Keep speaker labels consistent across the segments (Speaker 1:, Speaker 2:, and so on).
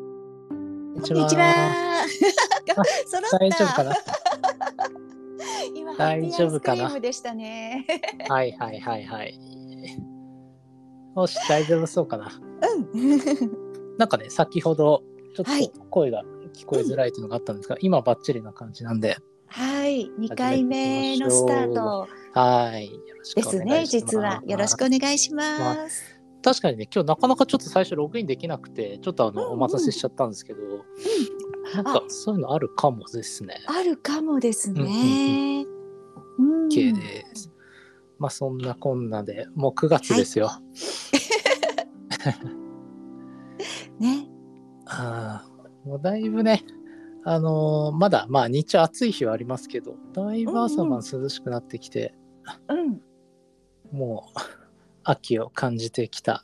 Speaker 1: こんに
Speaker 2: こんにちは。揃っ た。
Speaker 1: 大丈夫かな
Speaker 2: 今
Speaker 1: 大丈夫かな
Speaker 2: ハッピーアイスクリームでしたね。
Speaker 1: はいはいはいはい。よし、大丈夫そうかな。
Speaker 2: うん。
Speaker 1: なんかね、先ほど、ちょ
Speaker 2: は
Speaker 1: っ
Speaker 2: い
Speaker 1: と声が聞こえづらいというのがあったんですが、今バッチリな感じなんで、
Speaker 2: はい、二回目のスタート
Speaker 1: はい。よろしく
Speaker 2: で
Speaker 1: お願いします
Speaker 2: すね。実はよろしくお願いします。
Speaker 1: 確かにね、今日なかなかちょっと最初ログインできまあできなくて、ちょっとあの、
Speaker 2: うんうん
Speaker 1: お待たせしちゃったんですけど、なんかそういうのあるかもですね。
Speaker 2: あるかもですね。うん。
Speaker 1: OK です。まあそんなこんなで、もう9月ですよ。
Speaker 2: ね。
Speaker 1: ああ、もうだいぶね、あのーまだ、まあ日中暑い日はありますけど、だいぶ朝晩涼しくなってきて、
Speaker 2: うん。
Speaker 1: もう秋を感じてきた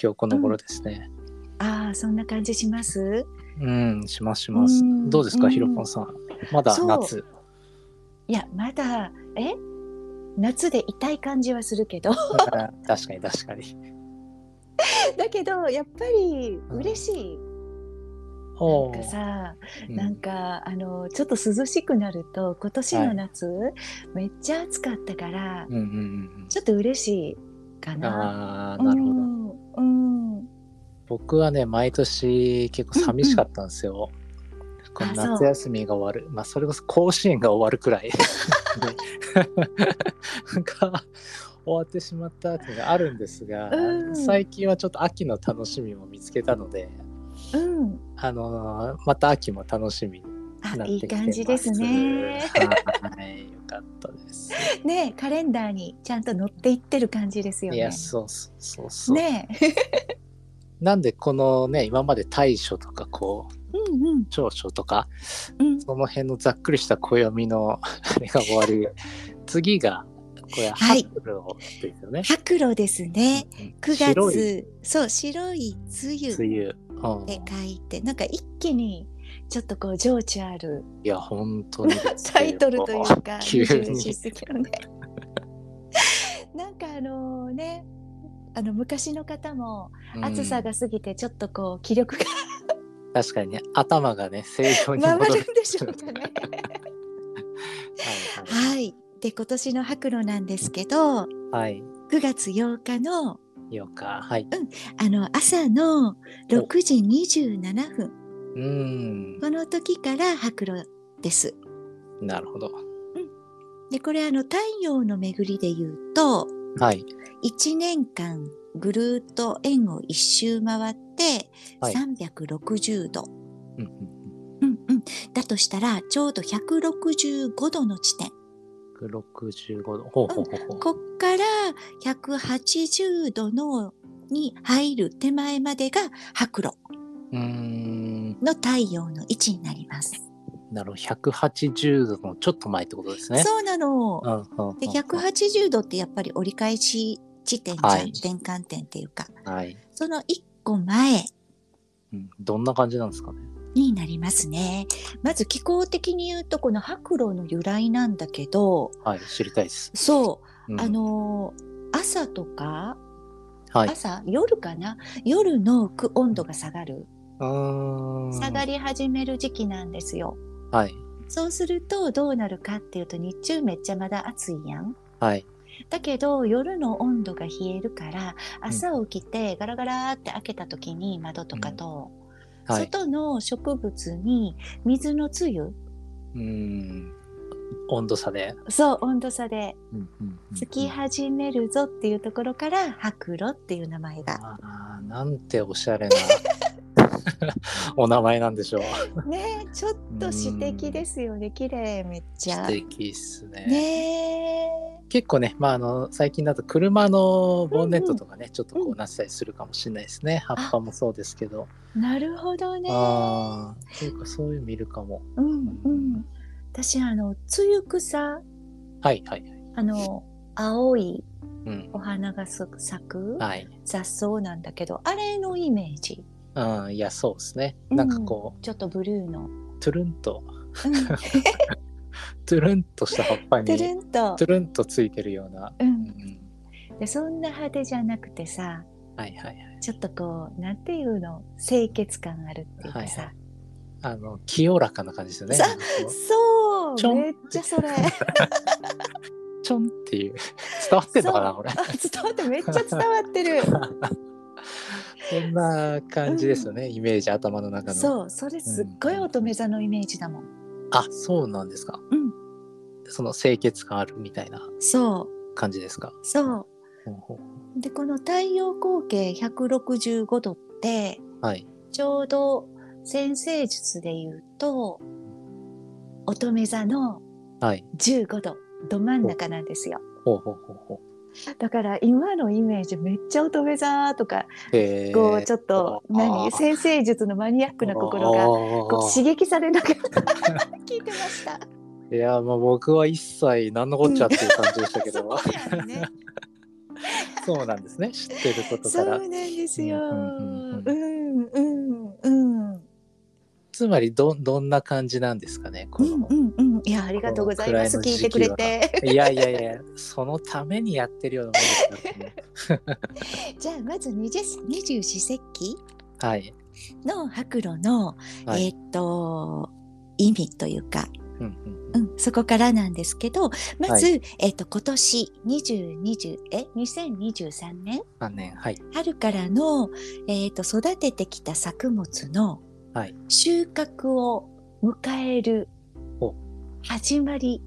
Speaker 1: 今日この頃ですね。
Speaker 2: ああ、そんな感じします。
Speaker 1: うん、しますします
Speaker 2: う。ん
Speaker 1: どうですか、
Speaker 2: うん
Speaker 1: ひろぽんさん。まだ
Speaker 2: そう
Speaker 1: 夏。
Speaker 2: いや、まだえ夏で痛い感じはするけど。
Speaker 1: う ん確かに確かに。
Speaker 2: だけどやっぱり嬉しい。
Speaker 1: お
Speaker 2: なんか
Speaker 1: ー
Speaker 2: さ。
Speaker 1: う
Speaker 2: なんかあのちょっと涼しくなると今年の夏、めっちゃ暑かったから、
Speaker 1: うんうんうん
Speaker 2: ちょっと嬉しいか
Speaker 1: うん。
Speaker 2: な。
Speaker 1: ああ、なるほど。
Speaker 2: うん、うん、
Speaker 1: 僕はね、毎年結構寂しかったんですよ。この
Speaker 2: あそう
Speaker 1: 夏休みが終わる、まあ、それこそ甲子園が終わるく らいが終わってしまったっていうのがあるんですが、
Speaker 2: うん
Speaker 1: 最近はちょっと秋の楽しみも見つけたので、
Speaker 2: うん、
Speaker 1: あのーまた秋も楽しみにな
Speaker 2: あ
Speaker 1: っ
Speaker 2: い
Speaker 1: てき
Speaker 2: い
Speaker 1: てます。
Speaker 2: 感じですね。
Speaker 1: はい、よかったです。
Speaker 2: ねカレンダーにちゃんと載っていってる感じですよ
Speaker 1: い
Speaker 2: ね
Speaker 1: や、。そうそうそうそう。
Speaker 2: ね、
Speaker 1: なんでこのね、今まで大暑とかこう
Speaker 2: うんうん
Speaker 1: 長所とか
Speaker 2: うん。
Speaker 1: その辺のざっくりした暦の あれが終わり、次が、これ、
Speaker 2: はい
Speaker 1: ハクロですよね。
Speaker 2: 白露ですね。
Speaker 1: うん
Speaker 2: 九
Speaker 1: 白い
Speaker 2: 月、そう白い梅雨っ
Speaker 1: 梅雨。うん、
Speaker 2: て書いて、なんか一気にちょっとこう情緒ある
Speaker 1: いや、本当にですよ。
Speaker 2: タイトルというか
Speaker 1: 急に
Speaker 2: 24世紀のねなんかあのねあの昔の方も
Speaker 1: うん
Speaker 2: 暑さが過ぎてちょっとこう気力が
Speaker 1: 確かにね、頭がね、正常に
Speaker 2: 回
Speaker 1: 戻
Speaker 2: る
Speaker 1: る。
Speaker 2: んでしょうか ね。
Speaker 1: はい
Speaker 2: はいで今年の白露なんですけど
Speaker 1: はい。
Speaker 2: 9
Speaker 1: はい。
Speaker 2: 月8日の
Speaker 1: よか。はい。
Speaker 2: あの朝の6時27分
Speaker 1: うん。
Speaker 2: この時から白露です。
Speaker 1: なるほど。
Speaker 2: でこれあの太陽の巡りで言うと
Speaker 1: はい。
Speaker 2: 1年間ぐるーっと円を一周回って
Speaker 1: はい
Speaker 2: 360度、
Speaker 1: うんうん
Speaker 2: うんうん、だとしたらちょうど165度の地点
Speaker 1: 165度。ほうほうほうほう。
Speaker 2: こっから180度のに入る手前までが白露
Speaker 1: うーん。
Speaker 2: の太陽の位置になります。
Speaker 1: なるほど。180度のちょっと前ってことですね。
Speaker 2: そうなの。
Speaker 1: うんうんうん。
Speaker 2: で180度ってやっぱり折り返し地点じゃん、
Speaker 1: はい
Speaker 2: 転換点っていうか
Speaker 1: はい。
Speaker 2: その1個前
Speaker 1: うんどんな感じなんですかね。
Speaker 2: になりますね。まず気候的に言うとこの白露の由来なんだけど
Speaker 1: はい、知りたいです。
Speaker 2: そう、
Speaker 1: うん
Speaker 2: あ、のー朝とか
Speaker 1: はい。
Speaker 2: 朝、夜かな夜のく温度が下がる下
Speaker 1: 下
Speaker 2: が。り始める時期なんですよ。
Speaker 1: はい。
Speaker 2: そうするとどうなるかっていうと日中めっちゃまだ暑いやん。
Speaker 1: はい。
Speaker 2: だけど夜の温度が冷えるから朝起きてガラガラって開けた時に窓とかと、
Speaker 1: はい。
Speaker 2: 外の植物に水のつゆ
Speaker 1: うーん。温度差で。
Speaker 2: そう温度差で
Speaker 1: うんうんうん
Speaker 2: つき始めるぞっていうところから白露っていう名前が。
Speaker 1: あーなんておしゃ れなお名前なんでしょう。
Speaker 2: ねえちょっと詩的ですよね綺麗めっちゃ。
Speaker 1: 素
Speaker 2: ね
Speaker 1: 敵ですね。
Speaker 2: え
Speaker 1: 結構ね、まあ、あの、最近だと車のボンネットとかね、ちょっとこ
Speaker 2: う
Speaker 1: うなってたりするかもしれないですね。葉っぱもそうですけど。
Speaker 2: なるほどね。
Speaker 1: ああ、というか、そういう見るかも。
Speaker 2: うんうん。私あのつゆ草
Speaker 1: はい、はい、はい。
Speaker 2: あの青い
Speaker 1: うん。
Speaker 2: お花がす咲く
Speaker 1: はい。
Speaker 2: 雑草なんだけどあれのイメージ
Speaker 1: うん、いや、そうですね。
Speaker 2: うん
Speaker 1: なんかこう、
Speaker 2: ちょっとブルーの。
Speaker 1: トゥルンと、
Speaker 2: うん
Speaker 1: トゥルンとした葉っぱに、
Speaker 2: てるんと
Speaker 1: ト。ゥルンとついてるような。う
Speaker 2: う、
Speaker 1: んん、
Speaker 2: でそんな派手じゃなくてさ
Speaker 1: はいはいはい。
Speaker 2: ちょっとこうなんていうの清潔感あるっていうかさ、
Speaker 1: はいはあの清らかな感じですよね。
Speaker 2: さ
Speaker 1: なんかこう
Speaker 2: そう
Speaker 1: ちょん
Speaker 2: めっちゃそ れ
Speaker 1: ちょんっていう 伝わってんのかな
Speaker 2: そう
Speaker 1: これ
Speaker 2: あ伝わってめっちゃ伝わっ てる
Speaker 1: そんな感じですよね、イメージ頭の中の
Speaker 2: そうそれすっごい乙女座のイメージだもん
Speaker 1: あそうなんですか、
Speaker 2: うん
Speaker 1: その清潔感あるみたいな
Speaker 2: そ
Speaker 1: 感じですか
Speaker 2: うそう
Speaker 1: ほうほう
Speaker 2: でこの太陽光景165度って
Speaker 1: はい
Speaker 2: ちょうど先生術で言うと乙女座の
Speaker 1: はい
Speaker 2: 15度ど真ん中なんですよ
Speaker 1: ほうほうほうほ
Speaker 2: だから今のイメージめっちゃ乙女座とか
Speaker 1: うへー
Speaker 2: こうちょっと
Speaker 1: あー
Speaker 2: 何先生術のマニアックな心
Speaker 1: あ
Speaker 2: が
Speaker 1: ー
Speaker 2: こう刺激されながら 聞いてました。
Speaker 1: いやまあ僕は一切何のこっちゃっていう感じでしたけど、
Speaker 2: そうやんね。
Speaker 1: そうなんですね知ってること
Speaker 2: そ
Speaker 1: か
Speaker 2: うな
Speaker 1: ら
Speaker 2: んですよ。う
Speaker 1: うん
Speaker 2: ん
Speaker 1: う
Speaker 2: うんうん。
Speaker 1: つまりどどんな感じなんですかねこ
Speaker 2: う
Speaker 1: の、
Speaker 2: んうんうん、いやありがとうございま
Speaker 1: こ
Speaker 2: す
Speaker 1: のくらいの
Speaker 2: 聞
Speaker 1: 時
Speaker 2: いて
Speaker 1: 期
Speaker 2: く
Speaker 1: は
Speaker 2: れて
Speaker 1: いやいやいやそのためにやってるようなもんですからね
Speaker 2: じゃあまず二十二十四節気
Speaker 1: はい
Speaker 2: の白露の、
Speaker 1: はい
Speaker 2: えーっと意味というか、
Speaker 1: うんうん
Speaker 2: うん、そこからなんですけどまず、
Speaker 1: は
Speaker 2: えーっと今年二十二十え二千二十三年
Speaker 1: 3年はい
Speaker 2: 春からの、えー、と育ててきた作物の
Speaker 1: はい
Speaker 2: 収穫を迎える
Speaker 1: ほ
Speaker 2: 始まり、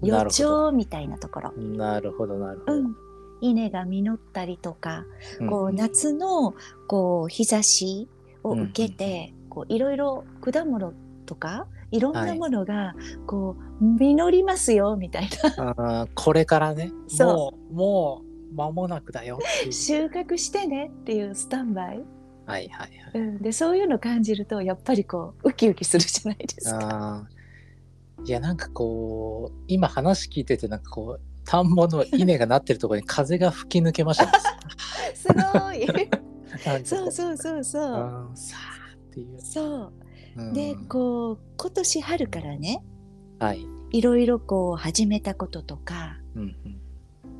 Speaker 1: な
Speaker 2: 予
Speaker 1: るほど
Speaker 2: 兆みたいなところ、
Speaker 1: なるほどなるほど、
Speaker 2: うん、稲が実ったりとか、
Speaker 1: うん
Speaker 2: こう夏のこう日差しを受けて、こういろいろ果物とかいろん
Speaker 1: は
Speaker 2: ないものがこう実りますよみたいな
Speaker 1: あーこれからね
Speaker 2: そ
Speaker 1: もうもう間もなくだよってい う
Speaker 2: 収穫してねっていうスタンバイ、
Speaker 1: はいはいはい
Speaker 2: うん、でそういうの感じるとやっぱりこうウキウキするじゃないですか。
Speaker 1: あーいやなんかこう今話聞いててなんかこう田んぼの稲がなってるところに風が吹き抜けましたね
Speaker 2: すごい。
Speaker 1: なんかこ
Speaker 2: そうそうそうそう。
Speaker 1: あーさあっていう、
Speaker 2: そうう。
Speaker 1: ん
Speaker 2: で、こう、今年春からね、
Speaker 1: はい、
Speaker 2: いろいろこう始めたこととか、
Speaker 1: うんうん、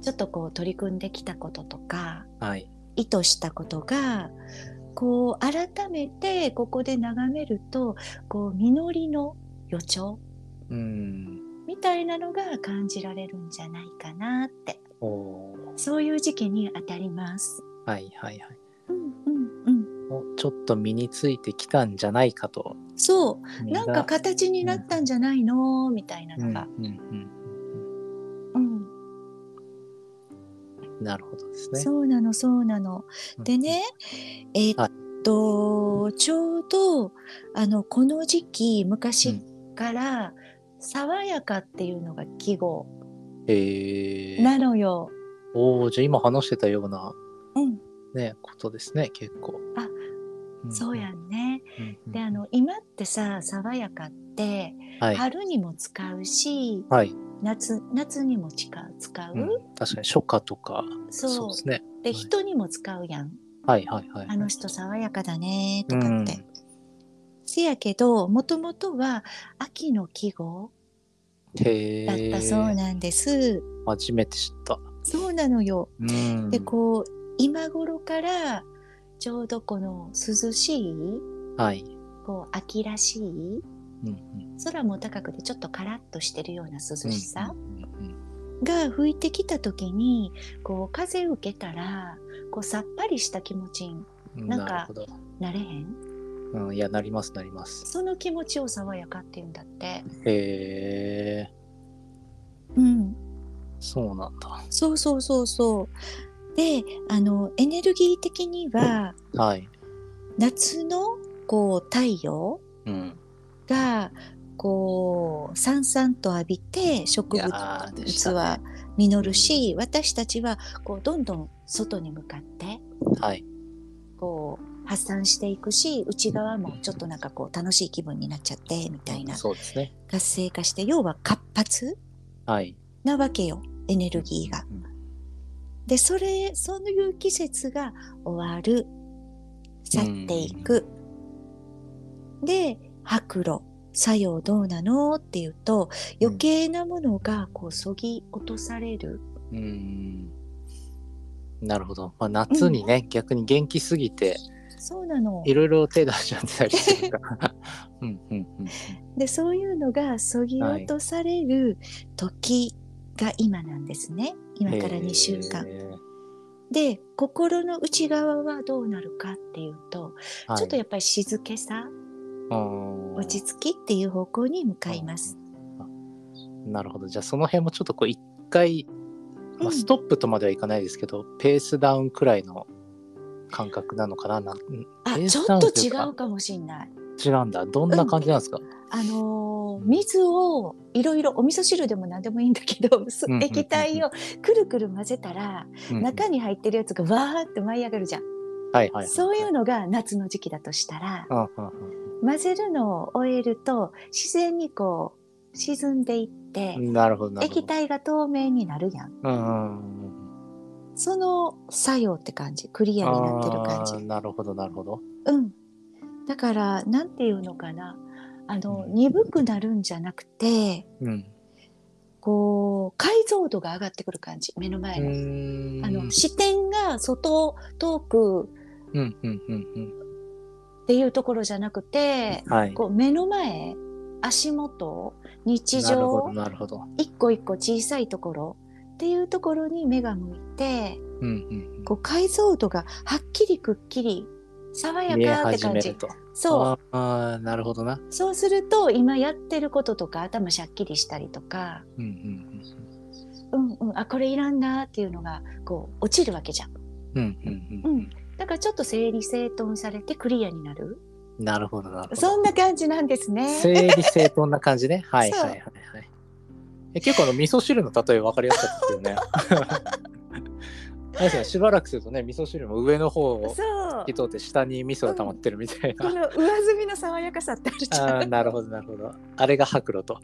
Speaker 2: ちょっとこう取り組んできたこととか、
Speaker 1: はい
Speaker 2: 意図したことが、こう改めてここで眺めると、こう実りの予兆
Speaker 1: うん
Speaker 2: みたいなのが感じられるんじゃないかなって、
Speaker 1: おー
Speaker 2: そういう時期に当たります。
Speaker 1: はいはいはい
Speaker 2: うんうん
Speaker 1: おちょっと身についてきたんじゃないかと
Speaker 2: うん。そう。なんか形になったんじゃないのみたいな
Speaker 1: う
Speaker 2: の
Speaker 1: ん
Speaker 2: が。
Speaker 1: うんうん
Speaker 2: うん
Speaker 1: うんなるほどですね
Speaker 2: そうなのそうなの。でね、えー
Speaker 1: は
Speaker 2: っと、ちょうどあのこの時期昔から「爽やか」っていうのが季語
Speaker 1: うんえー、
Speaker 2: なのよ。
Speaker 1: おーじゃあ今話してたような
Speaker 2: うん、
Speaker 1: ねことですね結構
Speaker 2: あ
Speaker 1: ん
Speaker 2: そうやんね。
Speaker 1: うんうん
Speaker 2: であの今ってさ「爽やか」って
Speaker 1: はい
Speaker 2: 春にも使うし、
Speaker 1: はい、
Speaker 2: 夏夏にも使う使う、
Speaker 1: うん確かに初夏とか
Speaker 2: そ
Speaker 1: そううですねは
Speaker 2: で
Speaker 1: い
Speaker 2: 人にも使うやん。
Speaker 1: はいはいはい
Speaker 2: あの人爽やかだね
Speaker 1: う
Speaker 2: とかっ
Speaker 1: ん
Speaker 2: て。せやけどもともとは秋の季語
Speaker 1: へ
Speaker 2: だっ
Speaker 1: え
Speaker 2: たそうなんです。
Speaker 1: 初めて知った
Speaker 2: そうなのよ。
Speaker 1: うん
Speaker 2: でこう今頃からちょうどこの涼しい
Speaker 1: はい、
Speaker 2: こう秋らしい
Speaker 1: うんうん、
Speaker 2: 空も高くてちょっとカラッとしてるような涼しさ
Speaker 1: うんうんうん
Speaker 2: が吹いてきた時にこう風受けたらこうさっぱりした気持ちに
Speaker 1: うん
Speaker 2: なんか
Speaker 1: なるほど、
Speaker 2: なれへん
Speaker 1: うん、いやなりますなります
Speaker 2: その気持ちを爽やかって言うんだって。
Speaker 1: へえ
Speaker 2: うん、
Speaker 1: そうなんだ
Speaker 2: そうそうそうそう。であのエネルギー的には
Speaker 1: はい
Speaker 2: 夏のこう太陽
Speaker 1: うん
Speaker 2: がこうさんさんと浴びて植
Speaker 1: いや
Speaker 2: 物
Speaker 1: ーでしたね
Speaker 2: は実るし私たちはこうどんどん外に向かって
Speaker 1: はい
Speaker 2: こう発散していくし内側もちょっとなんかこう楽しい気分になっちゃってみたいな
Speaker 1: そうですね
Speaker 2: 活性化して要は活発
Speaker 1: はい
Speaker 2: なわけよエネルギーが。
Speaker 1: うん
Speaker 2: でそれそういう季節が終わる去っていく。で白露作用どうなのっていうと
Speaker 1: うん
Speaker 2: 余計なものがこうそぎ落とされる、
Speaker 1: うんなるほど、まあ、夏にね、逆に元気すぎて
Speaker 2: そうなの。
Speaker 1: いろいろ手出しちゃってたりする から。うんうんうん
Speaker 2: で、そういうのがそぎ落とされる時が今なんですね。
Speaker 1: うん。
Speaker 2: 今から2週間。
Speaker 1: えー
Speaker 2: で、心の内側はどうなるかっていうと、
Speaker 1: はい
Speaker 2: ちょっとやっぱり静けさ、
Speaker 1: うん
Speaker 2: 落ち着きっていう方向に向かいます。
Speaker 1: なるほど。じゃあその辺もちょっとこう一回、まあ、
Speaker 2: うん
Speaker 1: ストップとまではいかないですけど、ペースダウンくらいの感覚なのかななん
Speaker 2: あ、
Speaker 1: ペー
Speaker 2: ちょ
Speaker 1: ス
Speaker 2: っ
Speaker 1: ダウン
Speaker 2: と
Speaker 1: とい
Speaker 2: 違
Speaker 1: うか
Speaker 2: うかもしれない。
Speaker 1: 違うんだ。どんな感じなんですか、
Speaker 2: あのー水をいろいろお味噌汁でも何でもいいんだ けど、す
Speaker 1: うんうんうん
Speaker 2: 液体をくるくる混ぜたら、
Speaker 1: うん
Speaker 2: 中に入ってるやつがわーって舞い上がるじゃん、
Speaker 1: はいはいはい。
Speaker 2: そういうのが夏の時期だとしたら、
Speaker 1: うんうん
Speaker 2: 混ぜるのを終えると自然にこう沈んでいって
Speaker 1: う、んなるほどなるほど。
Speaker 2: 液体が透明になるやん
Speaker 1: うんうんうん
Speaker 2: その作用って感じクリアになってる感
Speaker 1: あー
Speaker 2: じ
Speaker 1: なるほどなるほど。
Speaker 2: うんだからなんていうのかなあの、
Speaker 1: うん
Speaker 2: 鈍くなるんじゃなくて
Speaker 1: うん。
Speaker 2: こう解像度が上がってくる感じ目の前の、あの視点が外遠く
Speaker 1: うんうんうん
Speaker 2: っていうところじゃなくて
Speaker 1: うん。はい。
Speaker 2: こう目の前足元日
Speaker 1: なるほど
Speaker 2: 常
Speaker 1: なるほど。
Speaker 2: 一個一個小さいところっていうところに目が向いて
Speaker 1: うんうん
Speaker 2: こう解像度がはっきりくっきり爽
Speaker 1: うん。
Speaker 2: や
Speaker 1: 見え
Speaker 2: かって
Speaker 1: 始
Speaker 2: 感
Speaker 1: め
Speaker 2: じ
Speaker 1: ると。
Speaker 2: そう
Speaker 1: ああなるほどな。
Speaker 2: そうすると今やってることとか頭シャッキリしたりとか
Speaker 1: うんうん
Speaker 2: うんうんあこれいらんなっていうのがこう落ちるわけじゃん
Speaker 1: うん。うんうんうん。
Speaker 2: だからちょっと整理整頓されてクリアになる
Speaker 1: うん、なるほどなるほど。
Speaker 2: そんな感じなんですね
Speaker 1: 整理整頓な感じ ね。はい
Speaker 2: そ
Speaker 1: は
Speaker 2: う
Speaker 1: いはいはい。え結構あの味噌汁の例え分かりやすかったですよね。 あれですねしばらくするとね味噌汁も上の方を
Speaker 2: そう
Speaker 1: 拭き取って下に味噌が溜まってるみたい
Speaker 2: こ
Speaker 1: な。
Speaker 2: の上積みの爽やかさってあるじゃん
Speaker 1: あーなるほどなるほど。あれが白露と。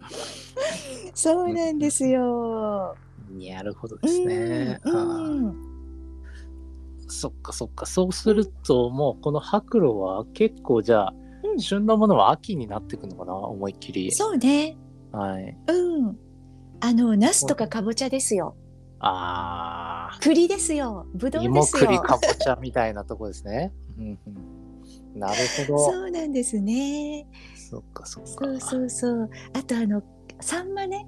Speaker 2: そうなんですよ。
Speaker 1: なるほどですね。あ
Speaker 2: う
Speaker 1: ー
Speaker 2: んうん
Speaker 1: そっかそっかそうするともうこの白露は結構じゃあ、
Speaker 2: うん
Speaker 1: 旬のものは秋になってくのかな思いっきり
Speaker 2: そうね。
Speaker 1: はい
Speaker 2: うん。あの、ナスとかかぼちゃですよ。
Speaker 1: あ
Speaker 2: 栗ですよ。ぶど
Speaker 1: ー
Speaker 2: うで
Speaker 1: 芋
Speaker 2: す
Speaker 1: 栗
Speaker 2: よ。
Speaker 1: かぼちゃみたいなとこですね、うんうん、なるほど
Speaker 2: そうなんですね。
Speaker 1: そっかそっか
Speaker 2: そうそうそう。あと、あの、サンマね。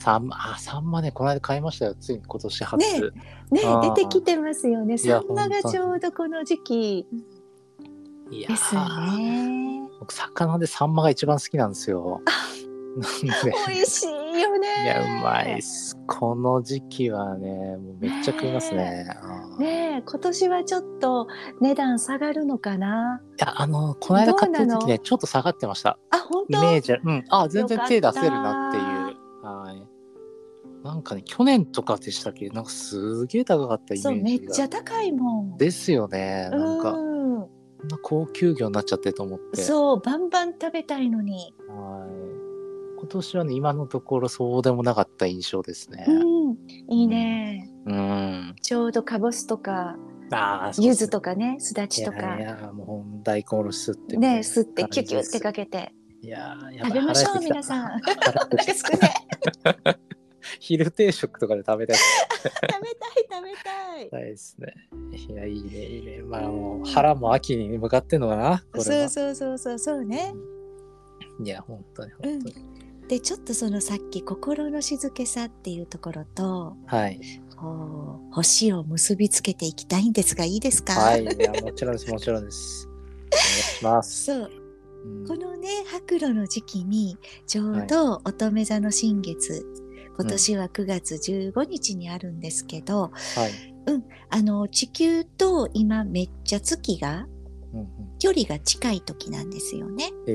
Speaker 1: サンマあサンマねこの間買いましたよついに今年初、
Speaker 2: ねね
Speaker 1: あ、ー
Speaker 2: 出てきてますよね。
Speaker 1: いや
Speaker 2: サンマが
Speaker 1: ほんと
Speaker 2: ちょうどこの時期
Speaker 1: いや
Speaker 2: です
Speaker 1: ー、
Speaker 2: ね。
Speaker 1: 僕魚でサンマが一番好きなんですよなん で
Speaker 2: 美味しいよね。
Speaker 1: いやうまいっすこの時期はねもうめっちゃ食いますねあー
Speaker 2: ねえ今年はちょっと値段下がるのかな。
Speaker 1: いや、あの、この間買った
Speaker 2: どうな
Speaker 1: 時
Speaker 2: の
Speaker 1: ね、ちょっと下がってました。
Speaker 2: あ、本
Speaker 1: イメ
Speaker 2: 当。
Speaker 1: ージある、うん、あ、全然手出せるなって
Speaker 2: よかっ
Speaker 1: いう。はい。なんかね、去年とかでしたっけ、なんかすげえ高かったイメージが。
Speaker 2: そうめっちゃ高いもん。
Speaker 1: ですよね。なんか、
Speaker 2: うん
Speaker 1: こんな高級魚になっちゃってると思って。
Speaker 2: そうバンバン食べたいのに、
Speaker 1: はい。今年はね、今のところそうでもなかった印象ですね。
Speaker 2: うん、いいね、
Speaker 1: うん。
Speaker 2: ちょうどかぼすとか
Speaker 1: ああ、そう
Speaker 2: 柚
Speaker 1: です
Speaker 2: 子
Speaker 1: ね
Speaker 2: とかねすだちと
Speaker 1: い
Speaker 2: か
Speaker 1: やいや、もう大根おろし吸って。
Speaker 2: ね吸ってキュキュって
Speaker 1: か。
Speaker 2: かけて
Speaker 1: いやー、やばい
Speaker 2: 食べましょ
Speaker 1: 腹
Speaker 2: う
Speaker 1: 減ってきた
Speaker 2: 皆さん なんか
Speaker 1: 腹減ってきた
Speaker 2: 少ない
Speaker 1: 昼定食とかで食べたい
Speaker 2: 食べたい食べたい
Speaker 1: たいですね。いや、いいね、いいね。まあ、もう腹も秋に向かってんのかな、これ
Speaker 2: そう
Speaker 1: は。
Speaker 2: そうそうそうそうね
Speaker 1: いや、本当に、本当に。
Speaker 2: でちょっとそのさっき心の静けさっていうところと
Speaker 1: はい。
Speaker 2: こう星を結びつけていきたいんですがいいですか、
Speaker 1: はい、いや、もちろんです、もちろんです。お願いし ます。
Speaker 2: そう
Speaker 1: うん
Speaker 2: このね白露の時期にちょうど乙女座の新月、今年は9月15日にあるんですけど、
Speaker 1: はい。
Speaker 2: あの地球と今めっちゃ月が
Speaker 1: うんうん
Speaker 2: 距離が近い時なんですよね
Speaker 1: え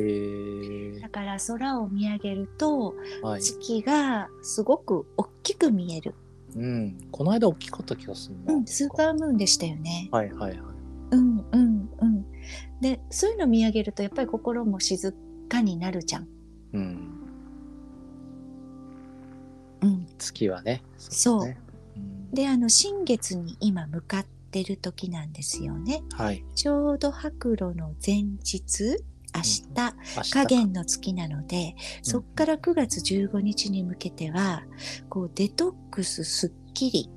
Speaker 1: ー
Speaker 2: だから空を見上げると
Speaker 1: はい。
Speaker 2: 月がすごく大きく見える、
Speaker 1: うん。この間大きかった気がするな。
Speaker 2: うん、スーパームーンでしたよね
Speaker 1: はいはいはい。
Speaker 2: うんうんうんでそういうの見上げるとやっぱり心も静かになるじゃん、
Speaker 1: うん。
Speaker 2: うん、
Speaker 1: 月はね。
Speaker 2: そう
Speaker 1: ですね。うん
Speaker 2: であの新月に今向かってる時なんですよね
Speaker 1: はい。
Speaker 2: ちょうど白露の前日明日
Speaker 1: 明日
Speaker 2: 下限の月なのでそっから9月15日に向けてはこうデトックスすっきり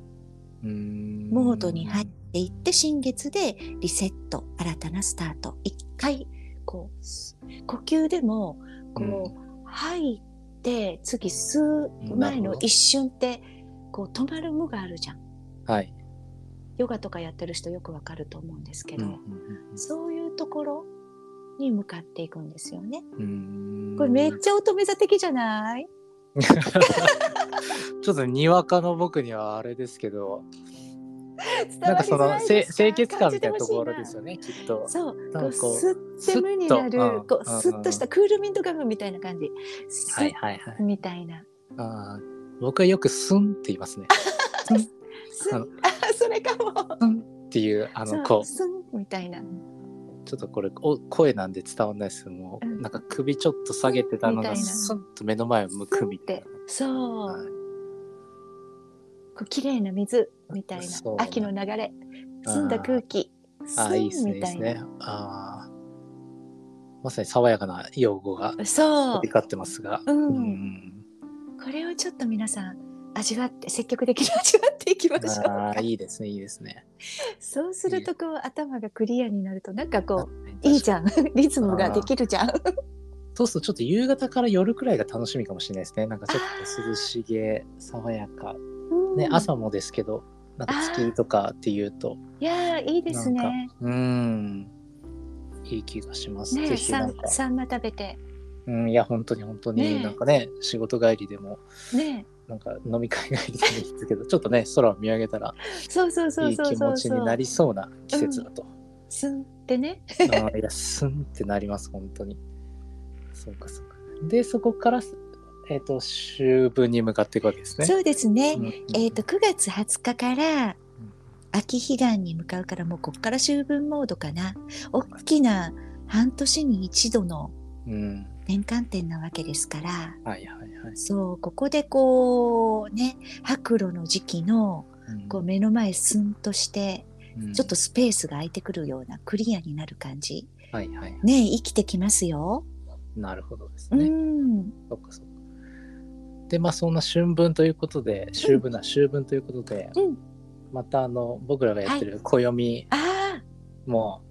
Speaker 1: うん
Speaker 2: モードに入っっていって、新月でリセット、新たなスタート。一回、こうす、呼吸でも、こう、吐いて、次吸う前の一瞬って、こう、止まる無があるじゃん。
Speaker 1: はい。
Speaker 2: ヨガとかやってる人よくわかると思うんですけ
Speaker 1: う
Speaker 2: ど、
Speaker 1: んうん
Speaker 2: そういうところに向かっていくんですよね。
Speaker 1: うんうん
Speaker 2: これめっちゃ乙女座的じゃない
Speaker 1: ちょっとにわかの僕にはあれですけど、
Speaker 2: 伝
Speaker 1: なん
Speaker 2: わ
Speaker 1: か
Speaker 2: り
Speaker 1: そ
Speaker 2: づら
Speaker 1: の
Speaker 2: い
Speaker 1: せ
Speaker 2: ですか
Speaker 1: 清潔感みたいなところです
Speaker 2: よ。
Speaker 1: よね、きっと。
Speaker 2: そう、
Speaker 1: な
Speaker 2: こうん
Speaker 1: かこう
Speaker 2: 吸って無にな
Speaker 1: スッとう
Speaker 2: る
Speaker 1: ん、
Speaker 2: こう
Speaker 1: うん
Speaker 2: スッとしたクールミントガムみたいな感じ。ス
Speaker 1: はい
Speaker 2: ッ
Speaker 1: はいはい。
Speaker 2: みたいな。
Speaker 1: あー僕はよくスンって言いますね。
Speaker 2: ス
Speaker 1: あ
Speaker 2: ッ
Speaker 1: の
Speaker 2: あ、それかも。
Speaker 1: スンっていう、あの、
Speaker 2: そ
Speaker 1: こ
Speaker 2: うスンみたいな。
Speaker 1: う、ちょっとこれお、声なんで伝わんないですけども、
Speaker 2: うん
Speaker 1: なんか首ちょっと下げてたの
Speaker 2: みたい
Speaker 1: が、
Speaker 2: な
Speaker 1: スンと目の前を向くみたいな。
Speaker 2: そう。
Speaker 1: はい
Speaker 2: こう綺麗な水みたいな
Speaker 1: そう。
Speaker 2: 秋の流れ。澄んだ空気。
Speaker 1: ああ、いいですね、いいですね。ああ。まさに爽やかな用語が
Speaker 2: そう
Speaker 1: 飛び。交ってますが。
Speaker 2: うん
Speaker 1: うん
Speaker 2: これをちょっと皆さん味わって積極的に味わっていきましょう
Speaker 1: ああ、いいですね、いいですね。
Speaker 2: そうするとこう頭がクリアになるとなんか
Speaker 1: 確
Speaker 2: こう
Speaker 1: かに
Speaker 2: いいじゃん リズムができるじゃん
Speaker 1: そうするとちょっと夕方から夜くらいが楽しみかもしれないですね。なんかちょっと涼しげ、爽やか。ね、
Speaker 2: うん
Speaker 1: 朝もですけど、なんか月とかっていうと、
Speaker 2: いやーいいですね
Speaker 1: うん、いい気がします。ぜ
Speaker 2: ね
Speaker 1: ひ
Speaker 2: さ
Speaker 1: なん
Speaker 2: ん
Speaker 1: か、
Speaker 2: さんま食べて
Speaker 1: うん、いや、本当に本当
Speaker 2: ね
Speaker 1: に、なんかね、仕事帰りでも、
Speaker 2: ね
Speaker 1: なんか飲み会帰りでもいいですけど、ちょっとね、空を見上げたら、
Speaker 2: そうそうそう
Speaker 1: いい
Speaker 2: そう
Speaker 1: 気
Speaker 2: そ
Speaker 1: 持
Speaker 2: う
Speaker 1: ち
Speaker 2: そ
Speaker 1: にな
Speaker 2: う
Speaker 1: りそうな季節だと。
Speaker 2: すんってね
Speaker 1: あーいや、スンってなります、本当に。そうか、そうか。で、そこから、えっ、と、秋分に向かっていくわけですね。
Speaker 2: そうですね
Speaker 1: うん
Speaker 2: えっと9月20日から秋彼岸に向かうからもうこっから秋分モードかな大きな半年に一度の
Speaker 1: うん。
Speaker 2: 転換点なわけですから
Speaker 1: はいはいはい。
Speaker 2: そう、ここでこうね、白露の時期の
Speaker 1: うん
Speaker 2: こう目の前スンとして、
Speaker 1: うん
Speaker 2: ちょっとスペースが空いてくるようなクリアになる感じ。
Speaker 1: はいはい。
Speaker 2: ね、生きてきますよ。
Speaker 1: なるほどです
Speaker 2: う
Speaker 1: ね。
Speaker 2: ん。
Speaker 1: そっかそっか。で、まあ、そんな春分ということで、秋分な秋分ということで、
Speaker 2: うん
Speaker 1: またあの、僕らがやってる暦
Speaker 2: あ
Speaker 1: も、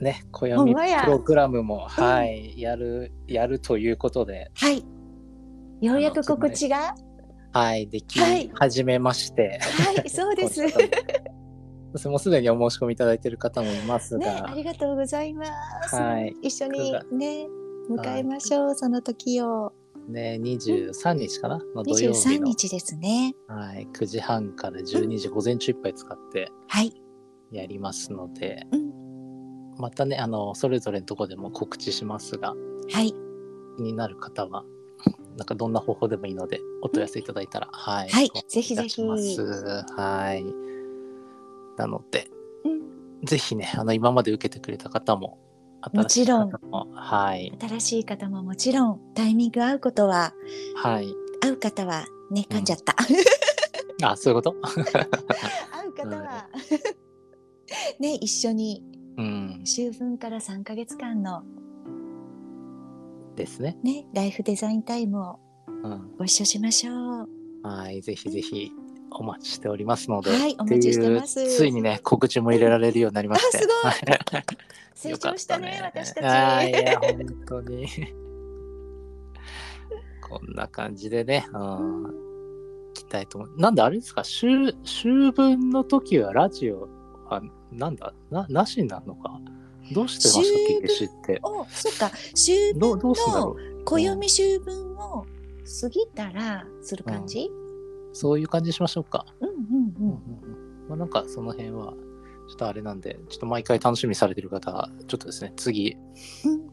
Speaker 1: ね、
Speaker 2: ほん
Speaker 1: 暦
Speaker 2: まや
Speaker 1: プログラムも、
Speaker 2: うん
Speaker 1: はい、やる、やるということで、
Speaker 2: あ、はい。ようやく心地が。
Speaker 1: はい、でき
Speaker 2: はい
Speaker 1: 始めまして。
Speaker 2: はい、そう です。
Speaker 1: そう
Speaker 2: ね、
Speaker 1: です もうすでにお申し込みいただいてる方もいます
Speaker 2: あ
Speaker 1: が、
Speaker 2: りがとうございます。
Speaker 1: はい
Speaker 2: 一緒にね、
Speaker 1: 月
Speaker 2: 迎えましょう、その時を。
Speaker 1: ね、23日かな、の土曜日
Speaker 2: 23
Speaker 1: の、
Speaker 2: 日ですね。
Speaker 1: はい、9時半から12時、午前中いっぱい使って
Speaker 2: はい。
Speaker 1: やりますので、
Speaker 2: う
Speaker 1: またねあのそれぞれのとこでも告知しますが
Speaker 2: はい。
Speaker 1: 気になる方はなんかどんな方法でもいいのでお問い合わせいただいたら、はい、
Speaker 2: はい
Speaker 1: お願
Speaker 2: ぜひぜひ
Speaker 1: いしますはいなので
Speaker 2: うん
Speaker 1: ぜひねあの今まで受けてくれた方も
Speaker 2: もちろ
Speaker 1: 新し
Speaker 2: ん
Speaker 1: い方もはい
Speaker 2: 新しい方ももちろん、タイミング合うことは、
Speaker 1: はい
Speaker 2: 会う方はね
Speaker 1: うん
Speaker 2: 噛んじゃった、
Speaker 1: あそういうこと
Speaker 2: 会う方は ね一緒に
Speaker 1: うん
Speaker 2: 秋分から3ヶ月間の
Speaker 1: ですね、
Speaker 2: ねライフデザインタイムを
Speaker 1: うん、
Speaker 2: ご一緒しましょう
Speaker 1: はいぜひぜひお待ちしておりますので、
Speaker 2: はいお待ちしてます
Speaker 1: っていうついにね告知も入れられるようになりまして、
Speaker 2: あす
Speaker 1: ごい
Speaker 2: 成長したね
Speaker 1: よかっ
Speaker 2: 私たち
Speaker 1: あ
Speaker 2: は
Speaker 1: ーい
Speaker 2: い、
Speaker 1: や、本当に。 こんな感じでね、うん、行きたいと思う。なんであれですか、週、週分の時はラジオは、なんだ、な、なしになるのか。どうしてましたっけ、夏
Speaker 2: 週
Speaker 1: 至って。
Speaker 2: おそっか秋
Speaker 1: どう、
Speaker 2: 分
Speaker 1: どうするんだろ
Speaker 2: の
Speaker 1: う。
Speaker 2: 暦秋分を過ぎたらする感じ、
Speaker 1: そういう感じにしましょうか。
Speaker 2: うん、うんうん
Speaker 1: まあ、なんか、その辺は、ちょっとあれなんで、ちょっと毎回楽しみにされてる方は、ちょっとですね、次、
Speaker 2: うん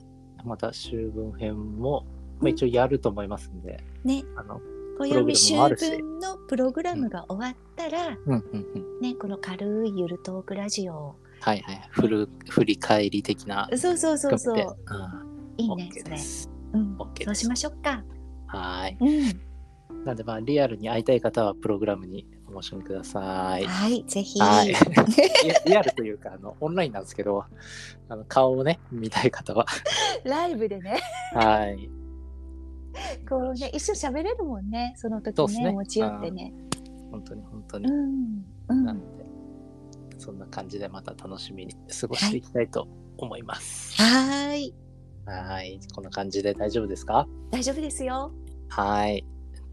Speaker 1: また秋分編も、まあ、一応やると思いますんで、
Speaker 2: ね
Speaker 1: あの、ログ
Speaker 2: 暦
Speaker 1: ラム
Speaker 2: 秋
Speaker 1: もあるし
Speaker 2: 分のプログラムが終わったら、
Speaker 1: うんうんうん。
Speaker 2: ねこの軽いゆるトークラジオを
Speaker 1: はいはい。振る振り返り的な。
Speaker 2: そうそうそうそ
Speaker 1: 含めて
Speaker 2: ういいね
Speaker 1: うん、OK
Speaker 2: そ
Speaker 1: で
Speaker 2: れ、
Speaker 1: す。
Speaker 2: うん、
Speaker 1: OK です
Speaker 2: そうしましょうか
Speaker 1: はい。
Speaker 2: うん
Speaker 1: なので、まあ、リアルに会いたい方は、プログラムにお申し込みください。
Speaker 2: はい、ぜひ。
Speaker 1: はい。 リアリアルというか、あの、オンラインなんですけど、あの顔をね、見たい方は、
Speaker 2: ライブで ね、
Speaker 1: はい。
Speaker 2: こうね、一緒喋れるもんね、その時
Speaker 1: そうっす
Speaker 2: ね、
Speaker 1: ね
Speaker 2: 持ち寄ってね。
Speaker 1: 本当に本当
Speaker 2: う
Speaker 1: に。
Speaker 2: ん、う、
Speaker 1: なんので、そんな感じでまた楽しみに過ごしていきたいと思います。
Speaker 2: はーい。
Speaker 1: はい、こんな感じで大丈夫ですか
Speaker 2: 大丈夫ですよ。
Speaker 1: はい。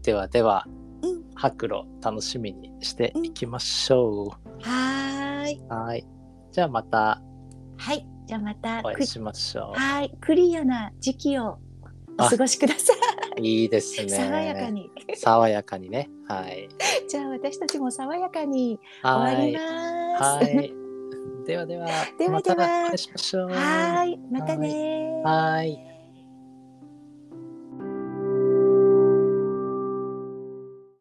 Speaker 1: ではでは、
Speaker 2: うん
Speaker 1: 白露楽しみにしていきましょ
Speaker 2: はーい。
Speaker 1: う。はい。じゃあまた
Speaker 2: はい。じゃあまた、
Speaker 1: お会
Speaker 2: く
Speaker 1: いしましょ
Speaker 2: はい。クリアな時期をお
Speaker 1: あ
Speaker 2: 過ごしくださ
Speaker 1: う。いいです
Speaker 2: い。
Speaker 1: ね。
Speaker 2: 爽やか。に。
Speaker 1: 爽やかにね。はい。
Speaker 2: じゃあ私たちも爽やかに終わ
Speaker 1: は
Speaker 2: り
Speaker 1: い。
Speaker 2: ます。
Speaker 1: はい。 ではでは、
Speaker 2: ではで
Speaker 1: また
Speaker 2: は
Speaker 1: お会いしましょう。
Speaker 2: はーい。またねー。
Speaker 1: はい。